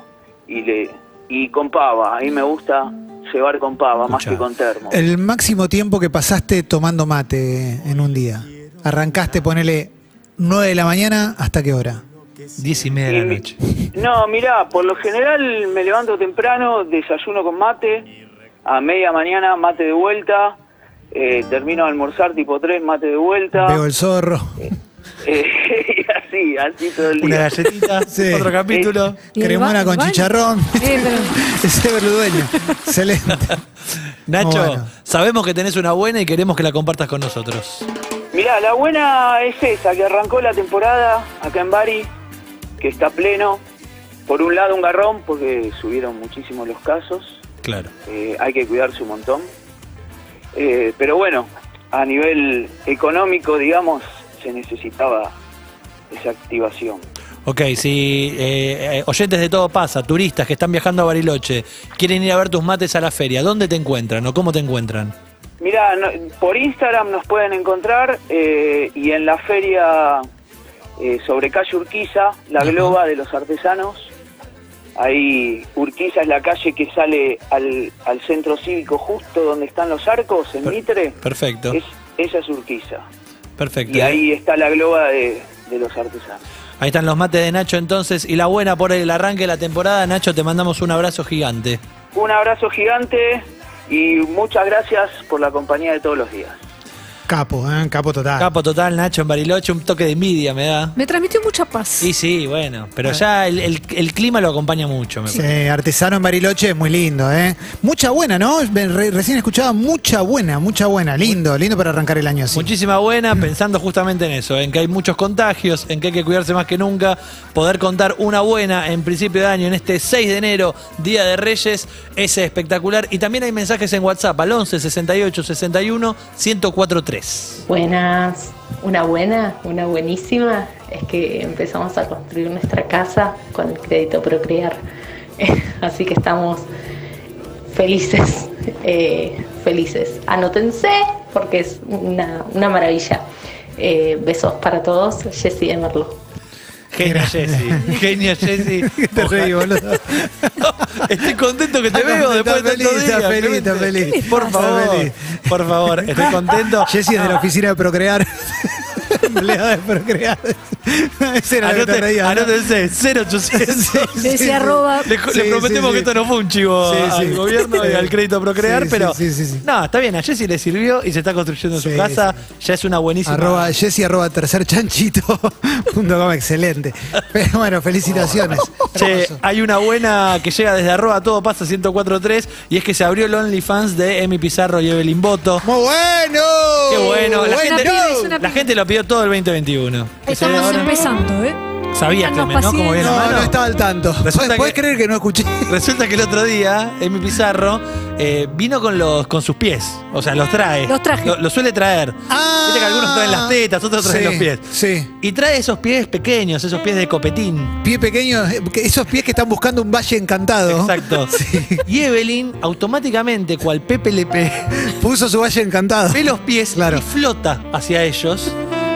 [SPEAKER 6] Y le y con pava. A mí me gusta llevar con pava más
[SPEAKER 2] Escuchá.
[SPEAKER 6] que con termo.
[SPEAKER 7] El máximo tiempo que pasaste tomando mate en un día. Arrancaste, ponele 9 de la mañana, ¿hasta qué hora?
[SPEAKER 2] Diez y media de
[SPEAKER 6] Y
[SPEAKER 2] la
[SPEAKER 6] mi-
[SPEAKER 2] noche.
[SPEAKER 6] No, mirá, por lo general me levanto temprano, desayuno con mate, a media mañana mate de vuelta, eh, termino de almorzar tipo 3, mate de vuelta,
[SPEAKER 7] Veo el zorro.
[SPEAKER 6] eh, y así, así todo el
[SPEAKER 2] Una
[SPEAKER 6] día.
[SPEAKER 2] galletita,
[SPEAKER 7] Sí.
[SPEAKER 2] otro capítulo.
[SPEAKER 3] Y el
[SPEAKER 7] Cremona
[SPEAKER 3] ba-
[SPEAKER 7] con
[SPEAKER 3] baño.
[SPEAKER 7] chicharrón.
[SPEAKER 3] Eh, pero-
[SPEAKER 7] Ese es el dueño. Excelente.
[SPEAKER 2] Nacho,
[SPEAKER 7] Bueno.
[SPEAKER 2] sabemos que tenés una buena y queremos que la compartas con nosotros.
[SPEAKER 6] Mirá, la buena es esa, que arrancó la temporada acá en Bari, que está pleno. Por un lado un garrón, porque subieron muchísimo los casos,
[SPEAKER 2] Claro.
[SPEAKER 6] eh, hay que cuidarse un montón. Eh, pero bueno, a nivel económico, digamos, se necesitaba esa activación.
[SPEAKER 2] Ok, si eh, eh, oyentes de todo pasa, turistas que están viajando a Bariloche, quieren ir a ver tus mates a la feria, ¿dónde te encuentran o cómo te encuentran?
[SPEAKER 6] Mirá, no- por Instagram nos pueden encontrar eh, y en la feria eh, sobre calle Urquiza, la
[SPEAKER 2] Ajá.
[SPEAKER 6] globa de los artesanos. Ahí Urquiza es la calle que sale al, al centro cívico justo donde están los arcos, en
[SPEAKER 2] Per-
[SPEAKER 6] Mitre.
[SPEAKER 2] Perfecto,
[SPEAKER 6] Es, esa es Urquiza.
[SPEAKER 2] perfecto.
[SPEAKER 6] Y ahí está la globa de, de los artesanos.
[SPEAKER 2] Ahí están los mates de Nacho entonces y la buena por el arranque de la temporada. Nacho, te mandamos un abrazo gigante.
[SPEAKER 6] Un abrazo gigante y muchas gracias por la compañía de todos los días.
[SPEAKER 7] Capo, ¿eh? capo total.
[SPEAKER 2] Capo total, Nacho en Bariloche, un toque de envidia me da.
[SPEAKER 3] Me transmitió mucha paz.
[SPEAKER 2] Y sí, bueno, pero ya el, el- el clima lo acompaña mucho, me
[SPEAKER 7] Ah. Sí,
[SPEAKER 2] parece.
[SPEAKER 7] artesano en Bariloche es muy lindo, ¿eh? Mucha buena, ¿no? Re- recién escuchaba mucha buena, mucha buena. Lindo, lindo para arrancar el año así.
[SPEAKER 2] Muchísima buena, pensando justamente en eso, en que hay muchos contagios, en que hay que cuidarse más que nunca, poder contar una buena en principio de año, en este 6 de enero, Día de Reyes, es espectacular. Y también hay mensajes en WhatsApp al 11 68 61 1043.
[SPEAKER 4] Buenas, una buena, una buenísima, es que empezamos a construir nuestra casa con el crédito Procrear. Así que estamos felices, eh, felices. Anótense porque es una, una maravilla. Eh, besos para todos, Jessy de Merlo.
[SPEAKER 2] Genia Jessy, genia Jessy.
[SPEAKER 7] Te reí, boludo.
[SPEAKER 2] Estoy contento que te
[SPEAKER 7] Está
[SPEAKER 2] veo después de
[SPEAKER 7] feliz,
[SPEAKER 2] tanto
[SPEAKER 7] está
[SPEAKER 2] día,
[SPEAKER 7] feliz,
[SPEAKER 2] Clemente.
[SPEAKER 7] está feliz. ¿Qué les
[SPEAKER 2] Por
[SPEAKER 7] pasa?
[SPEAKER 2] favor,
[SPEAKER 7] Feliz.
[SPEAKER 2] por favor, estoy contento.
[SPEAKER 7] Jessy es de la oficina de Procrear. Empleada de Procrear. Ese era lo que te
[SPEAKER 2] Anoten-
[SPEAKER 7] reías, ¿no?
[SPEAKER 2] Anótense, 0800.
[SPEAKER 7] Sí,
[SPEAKER 3] Ese
[SPEAKER 7] sí, sí.
[SPEAKER 3] arroba-
[SPEAKER 2] Le,
[SPEAKER 7] Sí,
[SPEAKER 2] le prometemos que
[SPEAKER 7] sí, sí.
[SPEAKER 2] esto no fue un chivo
[SPEAKER 7] Sí,
[SPEAKER 2] a-
[SPEAKER 7] sí.
[SPEAKER 2] al gobierno y
[SPEAKER 7] Sí.
[SPEAKER 2] al crédito procrear,
[SPEAKER 7] Sí, sí,
[SPEAKER 2] pero.
[SPEAKER 7] sí, sí, sí.
[SPEAKER 2] No, está bien, a Jessy le sirvió y se está construyendo su
[SPEAKER 7] Sí,
[SPEAKER 2] casa. Ya es una buenísima.
[SPEAKER 7] Arroba Jessy, arroba tercer chanchito. punto com, excelente. Pero bueno, felicitaciones.
[SPEAKER 2] Che,
[SPEAKER 7] Hermoso.
[SPEAKER 2] hay una buena que llega desde arroba todo pasa 1043 y es que se abrió el OnlyFans de Emi Pizarro y Evelyn Boto.
[SPEAKER 7] ¡Muy bueno!
[SPEAKER 2] Qué bueno, la,
[SPEAKER 3] Es una
[SPEAKER 2] gente,
[SPEAKER 3] piba, es una
[SPEAKER 2] la
[SPEAKER 3] piba.
[SPEAKER 2] gente lo pidió todo el 2021. Que se
[SPEAKER 3] Estamos
[SPEAKER 2] ahora.
[SPEAKER 3] empezando, ¿eh?
[SPEAKER 2] Sabías,
[SPEAKER 3] Danos
[SPEAKER 2] Clemen, ¿no? Cómo viene la
[SPEAKER 3] paciencia.
[SPEAKER 7] No,
[SPEAKER 2] mano.
[SPEAKER 7] no estaba al tanto.
[SPEAKER 2] Resulta
[SPEAKER 7] ¿Puedes
[SPEAKER 2] que-
[SPEAKER 7] creer que no escuché?
[SPEAKER 2] Resulta que el otro día, Emi Pizarro eh, vino con los con sus pies. O sea, los trae.
[SPEAKER 3] Los traje.
[SPEAKER 2] Lo, los suele traer.
[SPEAKER 7] Ah.
[SPEAKER 2] Viste que algunos traen las tetas, otros traen
[SPEAKER 7] Sí,
[SPEAKER 2] los pies.
[SPEAKER 7] Sí.
[SPEAKER 2] Y trae esos pies pequeños, esos pies de copetín.
[SPEAKER 7] Pie pequeño, eh, que esos pies que están buscando un valle encantado.
[SPEAKER 2] Exacto.
[SPEAKER 7] Sí.
[SPEAKER 2] Y Evelyn, automáticamente, cual Pepe Le Pe,
[SPEAKER 7] Puso su valle encantado.
[SPEAKER 2] ve los pies
[SPEAKER 7] Ah, Claro.
[SPEAKER 2] y flota hacia ellos.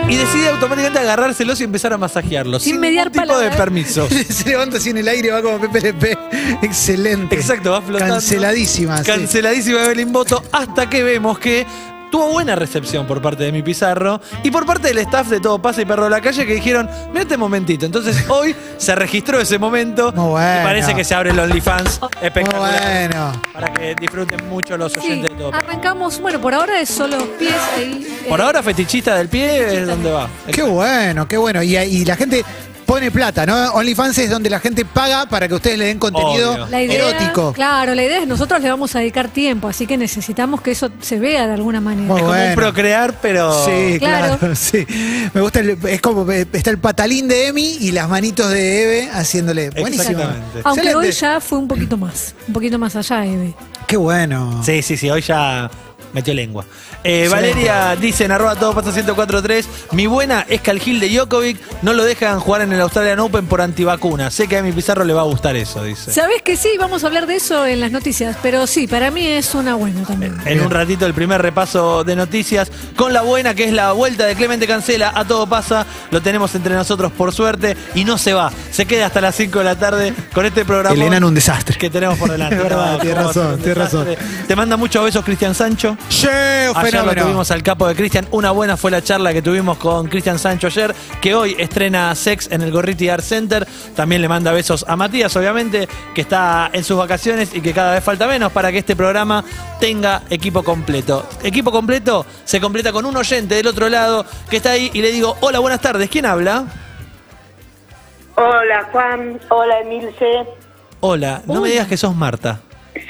[SPEAKER 2] Y decide automáticamente agarrárselos y empezar a masajearlos.
[SPEAKER 3] Sin
[SPEAKER 2] sin
[SPEAKER 3] mediar
[SPEAKER 2] ningún tipo de
[SPEAKER 3] palabra.
[SPEAKER 7] ¿eh?
[SPEAKER 2] permiso.
[SPEAKER 7] Se levanta así en el aire, va como Pepe Le Pe. Excelente.
[SPEAKER 2] Exacto, va flotando.
[SPEAKER 7] Canceladísima. sí.
[SPEAKER 2] Canceladísima Evelyn Boto hasta que vemos que tuvo buena recepción por parte de mi Pizarro y por parte del staff de Todo Pasa y Perro de la Calle que dijeron, mira este momentito. Entonces hoy se registró ese momento
[SPEAKER 7] Muy bueno.
[SPEAKER 2] y parece que se abre el OnlyFans.
[SPEAKER 7] Muy
[SPEAKER 2] Espectacular.
[SPEAKER 7] bueno.
[SPEAKER 2] Para que disfruten mucho los
[SPEAKER 3] Sí,
[SPEAKER 2] oyentes de Todo Pasa.
[SPEAKER 3] arrancamos, bueno, por ahora es solo pies ahí.
[SPEAKER 2] Por
[SPEAKER 3] eh,
[SPEAKER 2] ahora fetichista del pie es donde va.
[SPEAKER 7] Qué bueno, qué bueno. Y, y la gente pone plata, ¿no? OnlyFans es donde la gente paga para que ustedes le den contenido
[SPEAKER 2] Obvio.
[SPEAKER 3] La idea,
[SPEAKER 7] erótico.
[SPEAKER 3] Claro, la idea es nosotros le vamos a dedicar tiempo, así que necesitamos que eso se vea de alguna manera.
[SPEAKER 7] Muy
[SPEAKER 2] Es como un
[SPEAKER 7] bueno.
[SPEAKER 2] procrear, pero...
[SPEAKER 7] Sí, claro.
[SPEAKER 3] Claro.
[SPEAKER 7] sí. Me gusta, el- es como, eh, está el patalín de Emi y las manitos de Eve haciéndole. Buenísimo.
[SPEAKER 2] Exactamente.
[SPEAKER 3] Aunque hoy
[SPEAKER 7] Excelente.
[SPEAKER 3] ya fue un poquito más, un poquito más allá, Eve.
[SPEAKER 7] Qué bueno.
[SPEAKER 2] Sí, sí, sí, hoy ya metió lengua. Eh,
[SPEAKER 7] Sí.
[SPEAKER 2] Valeria dice en arroba todo pasa 1043, mi buena es que al Gil de Jokovic no lo dejan jugar en el Australian Open por antivacuna. Sé que a mi Pizarro le va a gustar eso, dice.
[SPEAKER 3] Sabés que sí, vamos a hablar de eso en las noticias, pero sí, para mí es una buena también.
[SPEAKER 2] En un ratito el primer repaso de noticias con la buena que es la vuelta de Clemente Cancela a todo pasa, lo tenemos entre nosotros por suerte y no se va, se queda hasta las 5 de la tarde con este programa
[SPEAKER 7] El enano un desastre.
[SPEAKER 2] que tenemos por delante.
[SPEAKER 7] Es verdad,
[SPEAKER 2] No,
[SPEAKER 7] tienes
[SPEAKER 2] ¿cómo va a ser
[SPEAKER 7] razón,
[SPEAKER 2] un
[SPEAKER 7] tienes razón.
[SPEAKER 2] desastre? Te manda muchos besos Cristian Sancho.
[SPEAKER 7] Sí,
[SPEAKER 2] Ayer lo
[SPEAKER 7] fenómeno.
[SPEAKER 2] tuvimos al capo de Cristian. Una buena fue la charla que tuvimos con Cristian Sancho ayer, que hoy estrena Sex en el Gorriti Art Center. También le manda besos a Matías, obviamente, que está en sus vacaciones y que cada vez falta menos para que este programa tenga equipo completo. Equipo completo se completa con un oyente del otro lado que está ahí y le digo, hola, buenas tardes, ¿quién habla?
[SPEAKER 6] Hola Juan, hola Emilce.
[SPEAKER 2] Hola, Ah, no me digas que sos Marta.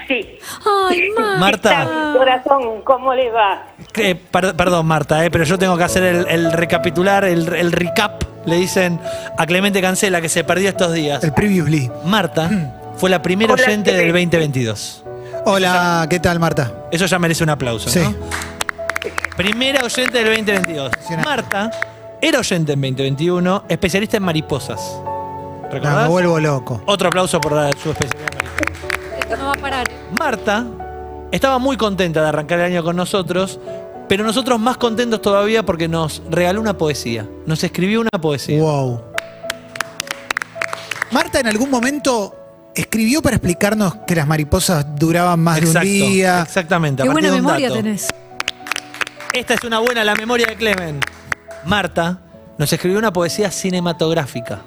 [SPEAKER 6] Sí,
[SPEAKER 2] eh.
[SPEAKER 3] Ay, Mar.
[SPEAKER 2] Marta,
[SPEAKER 6] corazón, ¿cómo le va?
[SPEAKER 2] que- Eh, per- perdón Marta, eh, pero yo tengo que hacer el, el recapitular, el, el recap, le dicen a Clemente Cancela que se perdió estos días.
[SPEAKER 7] El previously.
[SPEAKER 2] Marta fue la primera
[SPEAKER 6] Hola,
[SPEAKER 2] oyente del
[SPEAKER 6] Fede.
[SPEAKER 2] 2022.
[SPEAKER 7] Hola, ¿qué tal, Marta?
[SPEAKER 2] Eso ya merece un aplauso,
[SPEAKER 7] Sí.
[SPEAKER 2] ¿no? Primera oyente del 2022. Marta era oyente en 2021, especialista en mariposas.
[SPEAKER 7] No,
[SPEAKER 2] ¿Recordás?
[SPEAKER 7] me vuelvo loco.
[SPEAKER 2] Otro aplauso por la- su especialidad. en mariposas.
[SPEAKER 3] Esto no va a parar. ¿eh?
[SPEAKER 2] Marta estaba muy contenta de arrancar el año con nosotros, pero nosotros más contentos todavía porque nos regaló una poesía. Nos escribió una poesía.
[SPEAKER 7] Wow. Marta en algún momento escribió para explicarnos que las mariposas duraban más
[SPEAKER 2] Exacto,
[SPEAKER 7] de un día.
[SPEAKER 2] Exactamente. a
[SPEAKER 3] Qué
[SPEAKER 2] partir
[SPEAKER 3] buena
[SPEAKER 2] de un
[SPEAKER 3] memoria
[SPEAKER 2] dato.
[SPEAKER 3] tenés.
[SPEAKER 2] Esta es una buena, la memoria de Clemen. Marta nos escribió una poesía cinematográfica.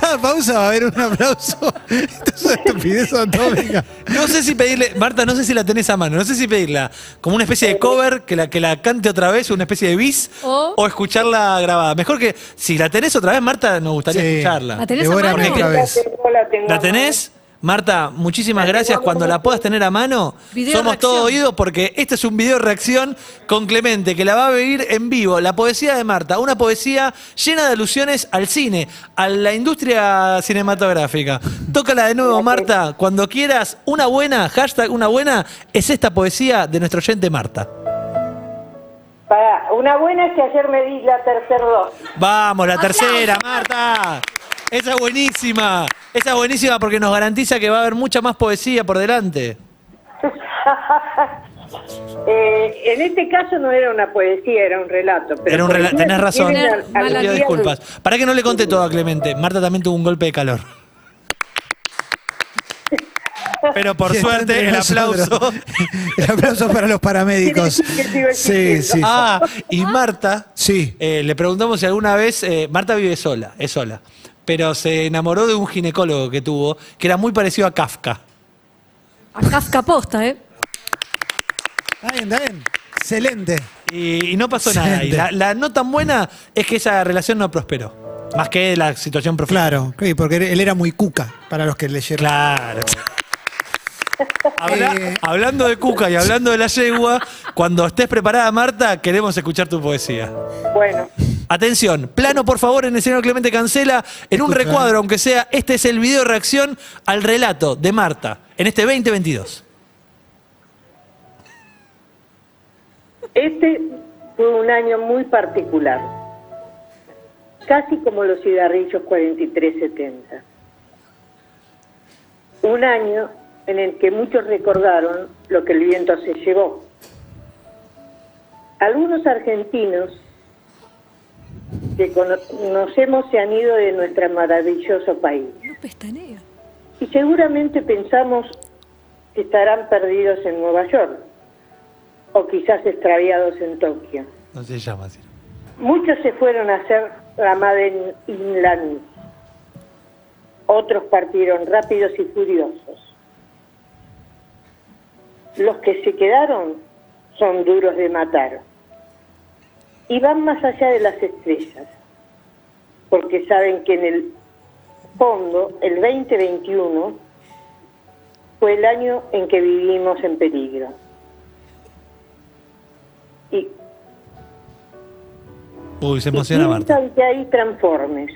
[SPEAKER 7] Cada pausa va a haber un aplauso. Esto es una estupidez atómica.
[SPEAKER 2] No sé si pedirle, Marta, no sé si la tenés a mano, no sé si pedirla como una especie de cover, que la, que la cante otra vez, una especie de bis,
[SPEAKER 3] O-
[SPEAKER 2] o escucharla grabada. Mejor que, si la tenés otra vez, Marta, nos gustaría
[SPEAKER 7] Sí.
[SPEAKER 2] escucharla.
[SPEAKER 3] La tenés a
[SPEAKER 7] Devórame
[SPEAKER 3] mano.
[SPEAKER 7] otra vez.
[SPEAKER 6] Hola, tengo
[SPEAKER 2] ¿La
[SPEAKER 6] a
[SPEAKER 2] tenés? Marta, muchísimas gracias. Cuando la puedas tener a mano,
[SPEAKER 3] Video
[SPEAKER 2] somos
[SPEAKER 3] reacción.
[SPEAKER 2] todos oídos porque este es un video reacción con Clemente, que la va a vivir en vivo. La poesía de Marta, una poesía llena de alusiones al cine, a la industria cinematográfica. Tócala de nuevo, Marta. Cuando quieras, una buena, hashtag una buena, es esta poesía de nuestro oyente Marta.
[SPEAKER 6] mano. Pará, una buena es que ayer me di la tercera dosis.
[SPEAKER 2] Vamos, la tercera, Marta. Esa es buenísima. Esa es buenísima porque nos garantiza que va a haber mucha más poesía por delante.
[SPEAKER 6] Eh, en este caso no era una poesía, era un relato. Pero
[SPEAKER 2] Era un rela-
[SPEAKER 6] poesía
[SPEAKER 2] tenés
[SPEAKER 6] se
[SPEAKER 2] razón.
[SPEAKER 6] escribe al- al
[SPEAKER 3] Mala
[SPEAKER 2] Te pido
[SPEAKER 6] día
[SPEAKER 2] disculpas. Para que no le conté todo a Clemente. Marta también tuvo un golpe de calor. Pero por
[SPEAKER 7] Y está
[SPEAKER 2] suerte
[SPEAKER 7] entre
[SPEAKER 2] el
[SPEAKER 7] nosotros.
[SPEAKER 2] aplauso.
[SPEAKER 7] El aplauso para los paramédicos.
[SPEAKER 6] Quiere decir que sigo
[SPEAKER 7] Sí, sí.
[SPEAKER 6] existiendo.
[SPEAKER 2] Ah, y Marta,
[SPEAKER 7] Sí.
[SPEAKER 2] eh, le preguntamos si alguna vez. eh, Marta vive sola, es sola. Pero se enamoró de un ginecólogo que tuvo, que era muy parecido a Kafka.
[SPEAKER 3] A Kafka posta, ¿eh?
[SPEAKER 7] Está bien, está bien. Excelente.
[SPEAKER 2] Y, y no pasó nada. Y la, la no tan buena es que esa relación no prosperó. Más que la situación profesional.
[SPEAKER 7] Claro, sí, porque él era muy cuca para los que leyeron.
[SPEAKER 2] Claro. Habla-
[SPEAKER 7] Eh.
[SPEAKER 2] hablando de Cuca y hablando de la yegua, cuando estés preparada, Marta, queremos escuchar tu poesía.
[SPEAKER 6] de- Bueno,
[SPEAKER 2] Atención, plano por favor en el señor Clemente Cancela, en un recuadro, aunque sea, este es el video de reacción al relato de Marta en este 2022.
[SPEAKER 6] Este fue un año muy particular, casi como los cigarrillos 4370. Un año en el que muchos recordaron lo que el viento se llevó. Algunos argentinos que cono- conocemos se han ido de nuestro maravilloso país
[SPEAKER 3] No pestañeo.
[SPEAKER 6] y seguramente pensamos que estarán perdidos en Nueva York o quizás extraviados en Tokio.
[SPEAKER 2] No se llama así.
[SPEAKER 6] Muchos se fueron a hacer la madre inland. Otros partieron rápidos y furiosos. Los que se quedaron son duros de matar. Y van más allá de las estrellas, porque saben que en el fondo el 2021 fue el año en que vivimos en peligro. Y
[SPEAKER 2] Uy, se emociona Marta.
[SPEAKER 6] Piensan que hay transformes.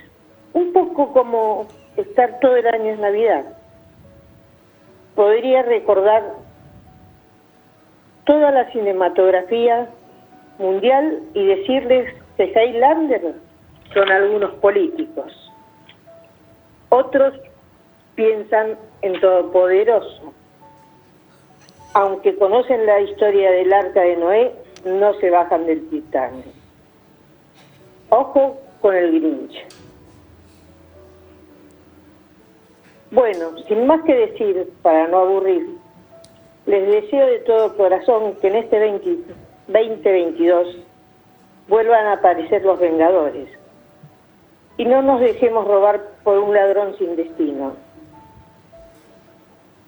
[SPEAKER 6] Un poco como estar todo el año en Navidad. Podría recordar toda la cinematografía mundial y decirles que Highlander son algunos políticos. Otros piensan en Todopoderoso. Aunque conocen la historia del arca de Noé, no se bajan del Titanic. Ojo con el Grinch. Bueno, sin más que decir, para no aburrir, les deseo de todo corazón que en este 20 2022 vuelvan a aparecer los Vengadores y no nos dejemos robar por un ladrón sin destino.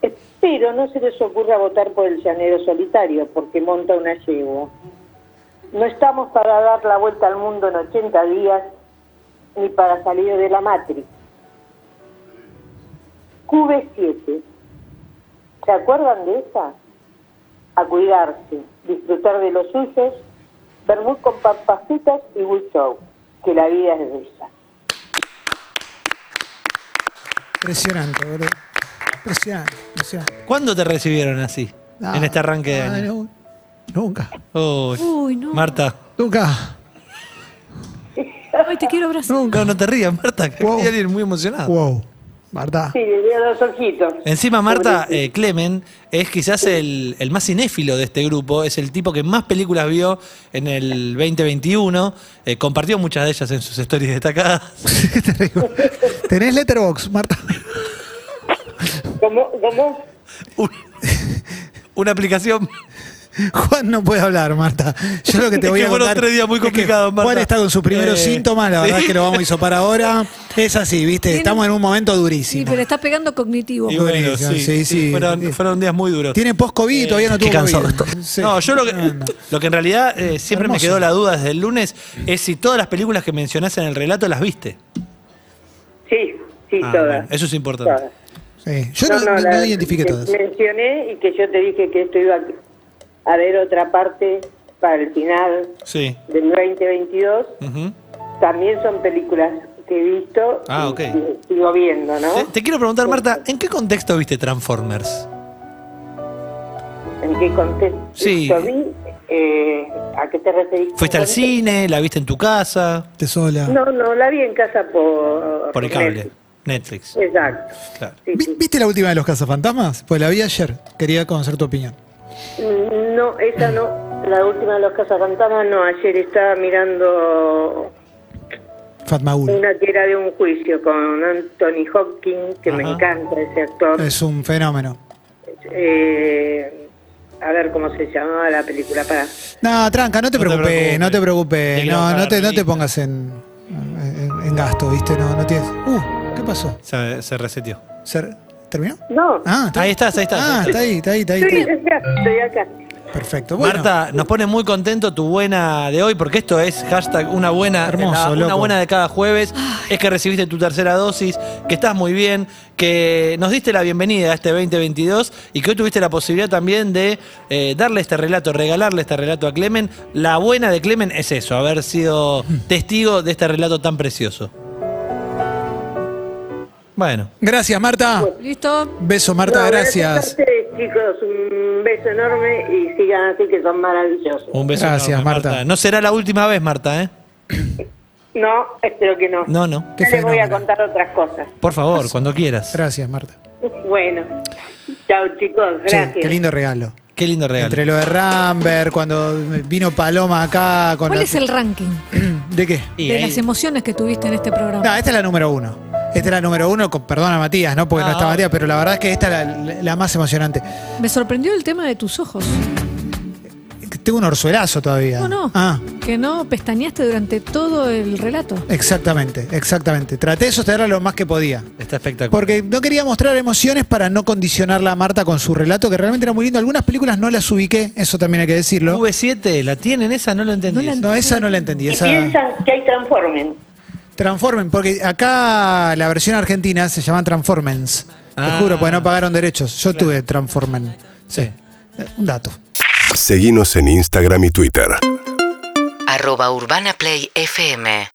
[SPEAKER 6] Espero no se les ocurra votar por el llanero solitario porque monta una yegua. No estamos para dar la vuelta al mundo en 80 días ni para salir de la matriz. QV7. ¿Se acuerdan de esa? A cuidarse, disfrutar de los suyos, vermut con papas fritas y good show, que la vida es bella.
[SPEAKER 7] Impresionante, boludo. Impresionante, impresionante.
[SPEAKER 2] ¿Cuándo te recibieron así?
[SPEAKER 7] No,
[SPEAKER 2] en este arranque de
[SPEAKER 7] no,
[SPEAKER 2] año.
[SPEAKER 7] no, nunca,
[SPEAKER 2] Uy.
[SPEAKER 3] Uy, no.
[SPEAKER 2] Marta.
[SPEAKER 7] nunca.
[SPEAKER 3] Ay, te quiero abrazar.
[SPEAKER 2] No, no te rías, Marta, que
[SPEAKER 7] Wow.
[SPEAKER 2] hay alguien muy emocionado.
[SPEAKER 7] Wow. Marta.
[SPEAKER 6] Sí, le veo dos ojitos.
[SPEAKER 2] Encima, Marta, eh, Clemen es quizás el, el más cinéfilo de este grupo, es el tipo que más películas vio en el 2021, eh, compartió muchas de ellas en sus stories destacadas.
[SPEAKER 7] Te digo. ¿Tenés letterbox, Marta?
[SPEAKER 6] Como, como
[SPEAKER 2] Un- una aplicación.
[SPEAKER 7] Juan no puede hablar, Marta. Yo lo que te
[SPEAKER 2] Es
[SPEAKER 7] voy
[SPEAKER 2] que
[SPEAKER 7] a
[SPEAKER 2] fueron
[SPEAKER 7] contar
[SPEAKER 2] tres días muy
[SPEAKER 7] es que
[SPEAKER 2] complicados, Marta.
[SPEAKER 7] Juan está con sus primeros
[SPEAKER 2] Eh,
[SPEAKER 7] síntomas, la verdad
[SPEAKER 2] sí.
[SPEAKER 7] es que lo vamos a hisopar ahora. Es así, viste,
[SPEAKER 3] Tiene-
[SPEAKER 7] estamos en un momento
[SPEAKER 3] Sí,
[SPEAKER 7] durísimo.
[SPEAKER 3] pero está pegando cognitivo.
[SPEAKER 2] Y bueno,
[SPEAKER 7] Buenísimo, sí, sí.
[SPEAKER 2] Fueron, fueron días muy duros.
[SPEAKER 7] Tiene post-COVID, todavía no
[SPEAKER 2] qué
[SPEAKER 7] tuvo
[SPEAKER 2] cansado
[SPEAKER 7] COVID.
[SPEAKER 2] estoy.
[SPEAKER 7] Sí.
[SPEAKER 2] No, yo lo que,
[SPEAKER 7] No, no.
[SPEAKER 2] lo que en realidad eh, siempre me
[SPEAKER 7] Hermoso.
[SPEAKER 2] quedó la duda desde el lunes es si todas las películas que mencionás en el relato las viste.
[SPEAKER 6] Sí, sí,
[SPEAKER 2] Ah,
[SPEAKER 6] todas.
[SPEAKER 2] bueno, eso es importante.
[SPEAKER 6] todas.
[SPEAKER 7] Sí. Yo no, no-
[SPEAKER 6] la-
[SPEAKER 7] no identifiqué
[SPEAKER 6] que
[SPEAKER 7] todas.
[SPEAKER 6] Mencioné y que yo te dije que esto iba a haber otra parte para el final
[SPEAKER 2] Sí.
[SPEAKER 6] del 2022.
[SPEAKER 2] Ujú.
[SPEAKER 6] También son películas que he visto
[SPEAKER 2] Ah,
[SPEAKER 6] y
[SPEAKER 2] ok.
[SPEAKER 6] que sigo viendo, ¿no?
[SPEAKER 2] Te, te quiero preguntar, Marta, ¿en qué contexto viste Transformers?
[SPEAKER 6] ¿En qué contexto
[SPEAKER 2] Sí.
[SPEAKER 6] vi? Eh, ¿A qué te referís?
[SPEAKER 2] ¿Fuiste al cine? ¿La viste en tu casa?
[SPEAKER 7] Te sola.
[SPEAKER 6] No, no, la vi en casa por...
[SPEAKER 2] Por el cable.
[SPEAKER 6] Netflix.
[SPEAKER 2] Netflix.
[SPEAKER 6] Exacto.
[SPEAKER 2] Claro.
[SPEAKER 6] Sí,
[SPEAKER 7] Vi-
[SPEAKER 6] sí.
[SPEAKER 7] ¿Viste la última de los cazafantasmas? Pues la vi ayer. Quería conocer tu opinión.
[SPEAKER 6] No, esa no. La última de los cazafantasmas no. Ayer estaba mirando
[SPEAKER 7] Fatmaul.
[SPEAKER 6] Una que era de un juicio con Anthony Hopkins, que me
[SPEAKER 2] Ajá.
[SPEAKER 6] encanta ese actor.
[SPEAKER 7] Es un fenómeno.
[SPEAKER 6] Eh, a ver cómo se llamaba la película para.
[SPEAKER 7] No, tranca, no te
[SPEAKER 2] No te
[SPEAKER 7] preocupes,
[SPEAKER 2] preocupes.
[SPEAKER 7] no te preocupes.
[SPEAKER 2] Te
[SPEAKER 7] No,
[SPEAKER 2] quiero
[SPEAKER 7] no te, no te
[SPEAKER 2] bajar,
[SPEAKER 7] pongas en, en, en gasto, ¿viste? No, no tienes. Uh, ¿qué pasó?
[SPEAKER 2] Se, se reseteó.
[SPEAKER 7] ¿Se- ¿Terminó?
[SPEAKER 6] No,
[SPEAKER 7] Ah, está
[SPEAKER 2] Ahí estás, ahí estás. ahí
[SPEAKER 7] Ah,
[SPEAKER 2] estás.
[SPEAKER 7] está ahí, está ahí, está ahí.
[SPEAKER 6] estoy
[SPEAKER 7] está ahí.
[SPEAKER 6] acá, estoy acá.
[SPEAKER 7] Perfecto. Bueno,
[SPEAKER 2] Marta, nos pone muy contento tu buena de hoy, porque esto es hashtag una buena,
[SPEAKER 7] Hermoso,
[SPEAKER 2] la- una
[SPEAKER 7] loco.
[SPEAKER 2] buena de cada jueves. Es que recibiste tu tercera dosis, que estás muy bien, que nos diste la bienvenida a este 2022 y que hoy tuviste la posibilidad también de eh, darle este relato, regalarle este relato a Clemen. La buena de Clemen es eso, haber sido testigo de este relato tan precioso. Bueno,
[SPEAKER 7] Gracias, Marta.
[SPEAKER 3] ¿Listo?
[SPEAKER 7] Beso, Marta,
[SPEAKER 6] No,
[SPEAKER 7] gracias.
[SPEAKER 6] a ustedes, chicos, un beso enorme y sigan así que son maravillosos.
[SPEAKER 2] un beso.
[SPEAKER 7] Gracias,
[SPEAKER 2] enorme,
[SPEAKER 7] Marta.
[SPEAKER 2] No será la última vez, Marta, ¿eh?
[SPEAKER 6] No, espero que no.
[SPEAKER 2] No, no.
[SPEAKER 7] Qué
[SPEAKER 6] Ya les voy a
[SPEAKER 7] fenómeno.
[SPEAKER 6] contar otras cosas.
[SPEAKER 2] Por favor, cuando quieras.
[SPEAKER 7] Gracias, Marta.
[SPEAKER 6] Bueno, chao chicos,
[SPEAKER 7] Che,
[SPEAKER 6] gracias.
[SPEAKER 7] qué lindo regalo.
[SPEAKER 2] Qué lindo regalo.
[SPEAKER 7] Entre lo de Ramber, cuando vino Paloma acá con
[SPEAKER 3] ¿Cuál
[SPEAKER 7] la-
[SPEAKER 3] es el ranking
[SPEAKER 7] ¿De qué?
[SPEAKER 2] Y
[SPEAKER 3] de
[SPEAKER 2] ahí-
[SPEAKER 3] las emociones que tuviste en este programa?
[SPEAKER 7] No, esta es la número uno. Esta es la número uno, con, perdona Matías, ¿no? Porque no,
[SPEAKER 2] Ah,
[SPEAKER 7] está Matías, pero la verdad es que esta es la, la más emocionante.
[SPEAKER 3] Me sorprendió el tema de tus ojos.
[SPEAKER 7] Tengo un orzuelazo todavía.
[SPEAKER 3] No, no.
[SPEAKER 7] Ah,
[SPEAKER 3] Que no pestañeaste durante todo el relato.
[SPEAKER 7] exactamente, exactamente. Traté de sostenerla lo más que podía.
[SPEAKER 2] Está espectacular.
[SPEAKER 7] Porque no quería mostrar emociones para no condicionarla a Marta con su relato, que realmente era muy lindo. Algunas películas no las ubiqué, eso también hay que decirlo.
[SPEAKER 2] V7, ¿la tienen esa? No lo entendí.
[SPEAKER 3] No la-
[SPEAKER 7] No, esa no la entendí.
[SPEAKER 6] Y
[SPEAKER 7] Esa...
[SPEAKER 6] piensan que hay Transformen.
[SPEAKER 7] Transformen, porque acá la versión argentina se llama Transformens.
[SPEAKER 2] Ah.
[SPEAKER 7] Te juro, porque no pagaron derechos. Yo tuve Transformen. Sí. Eh, Un dato.
[SPEAKER 9] Seguinos en Instagram y Twitter.
[SPEAKER 10] arroba urbanaplayfm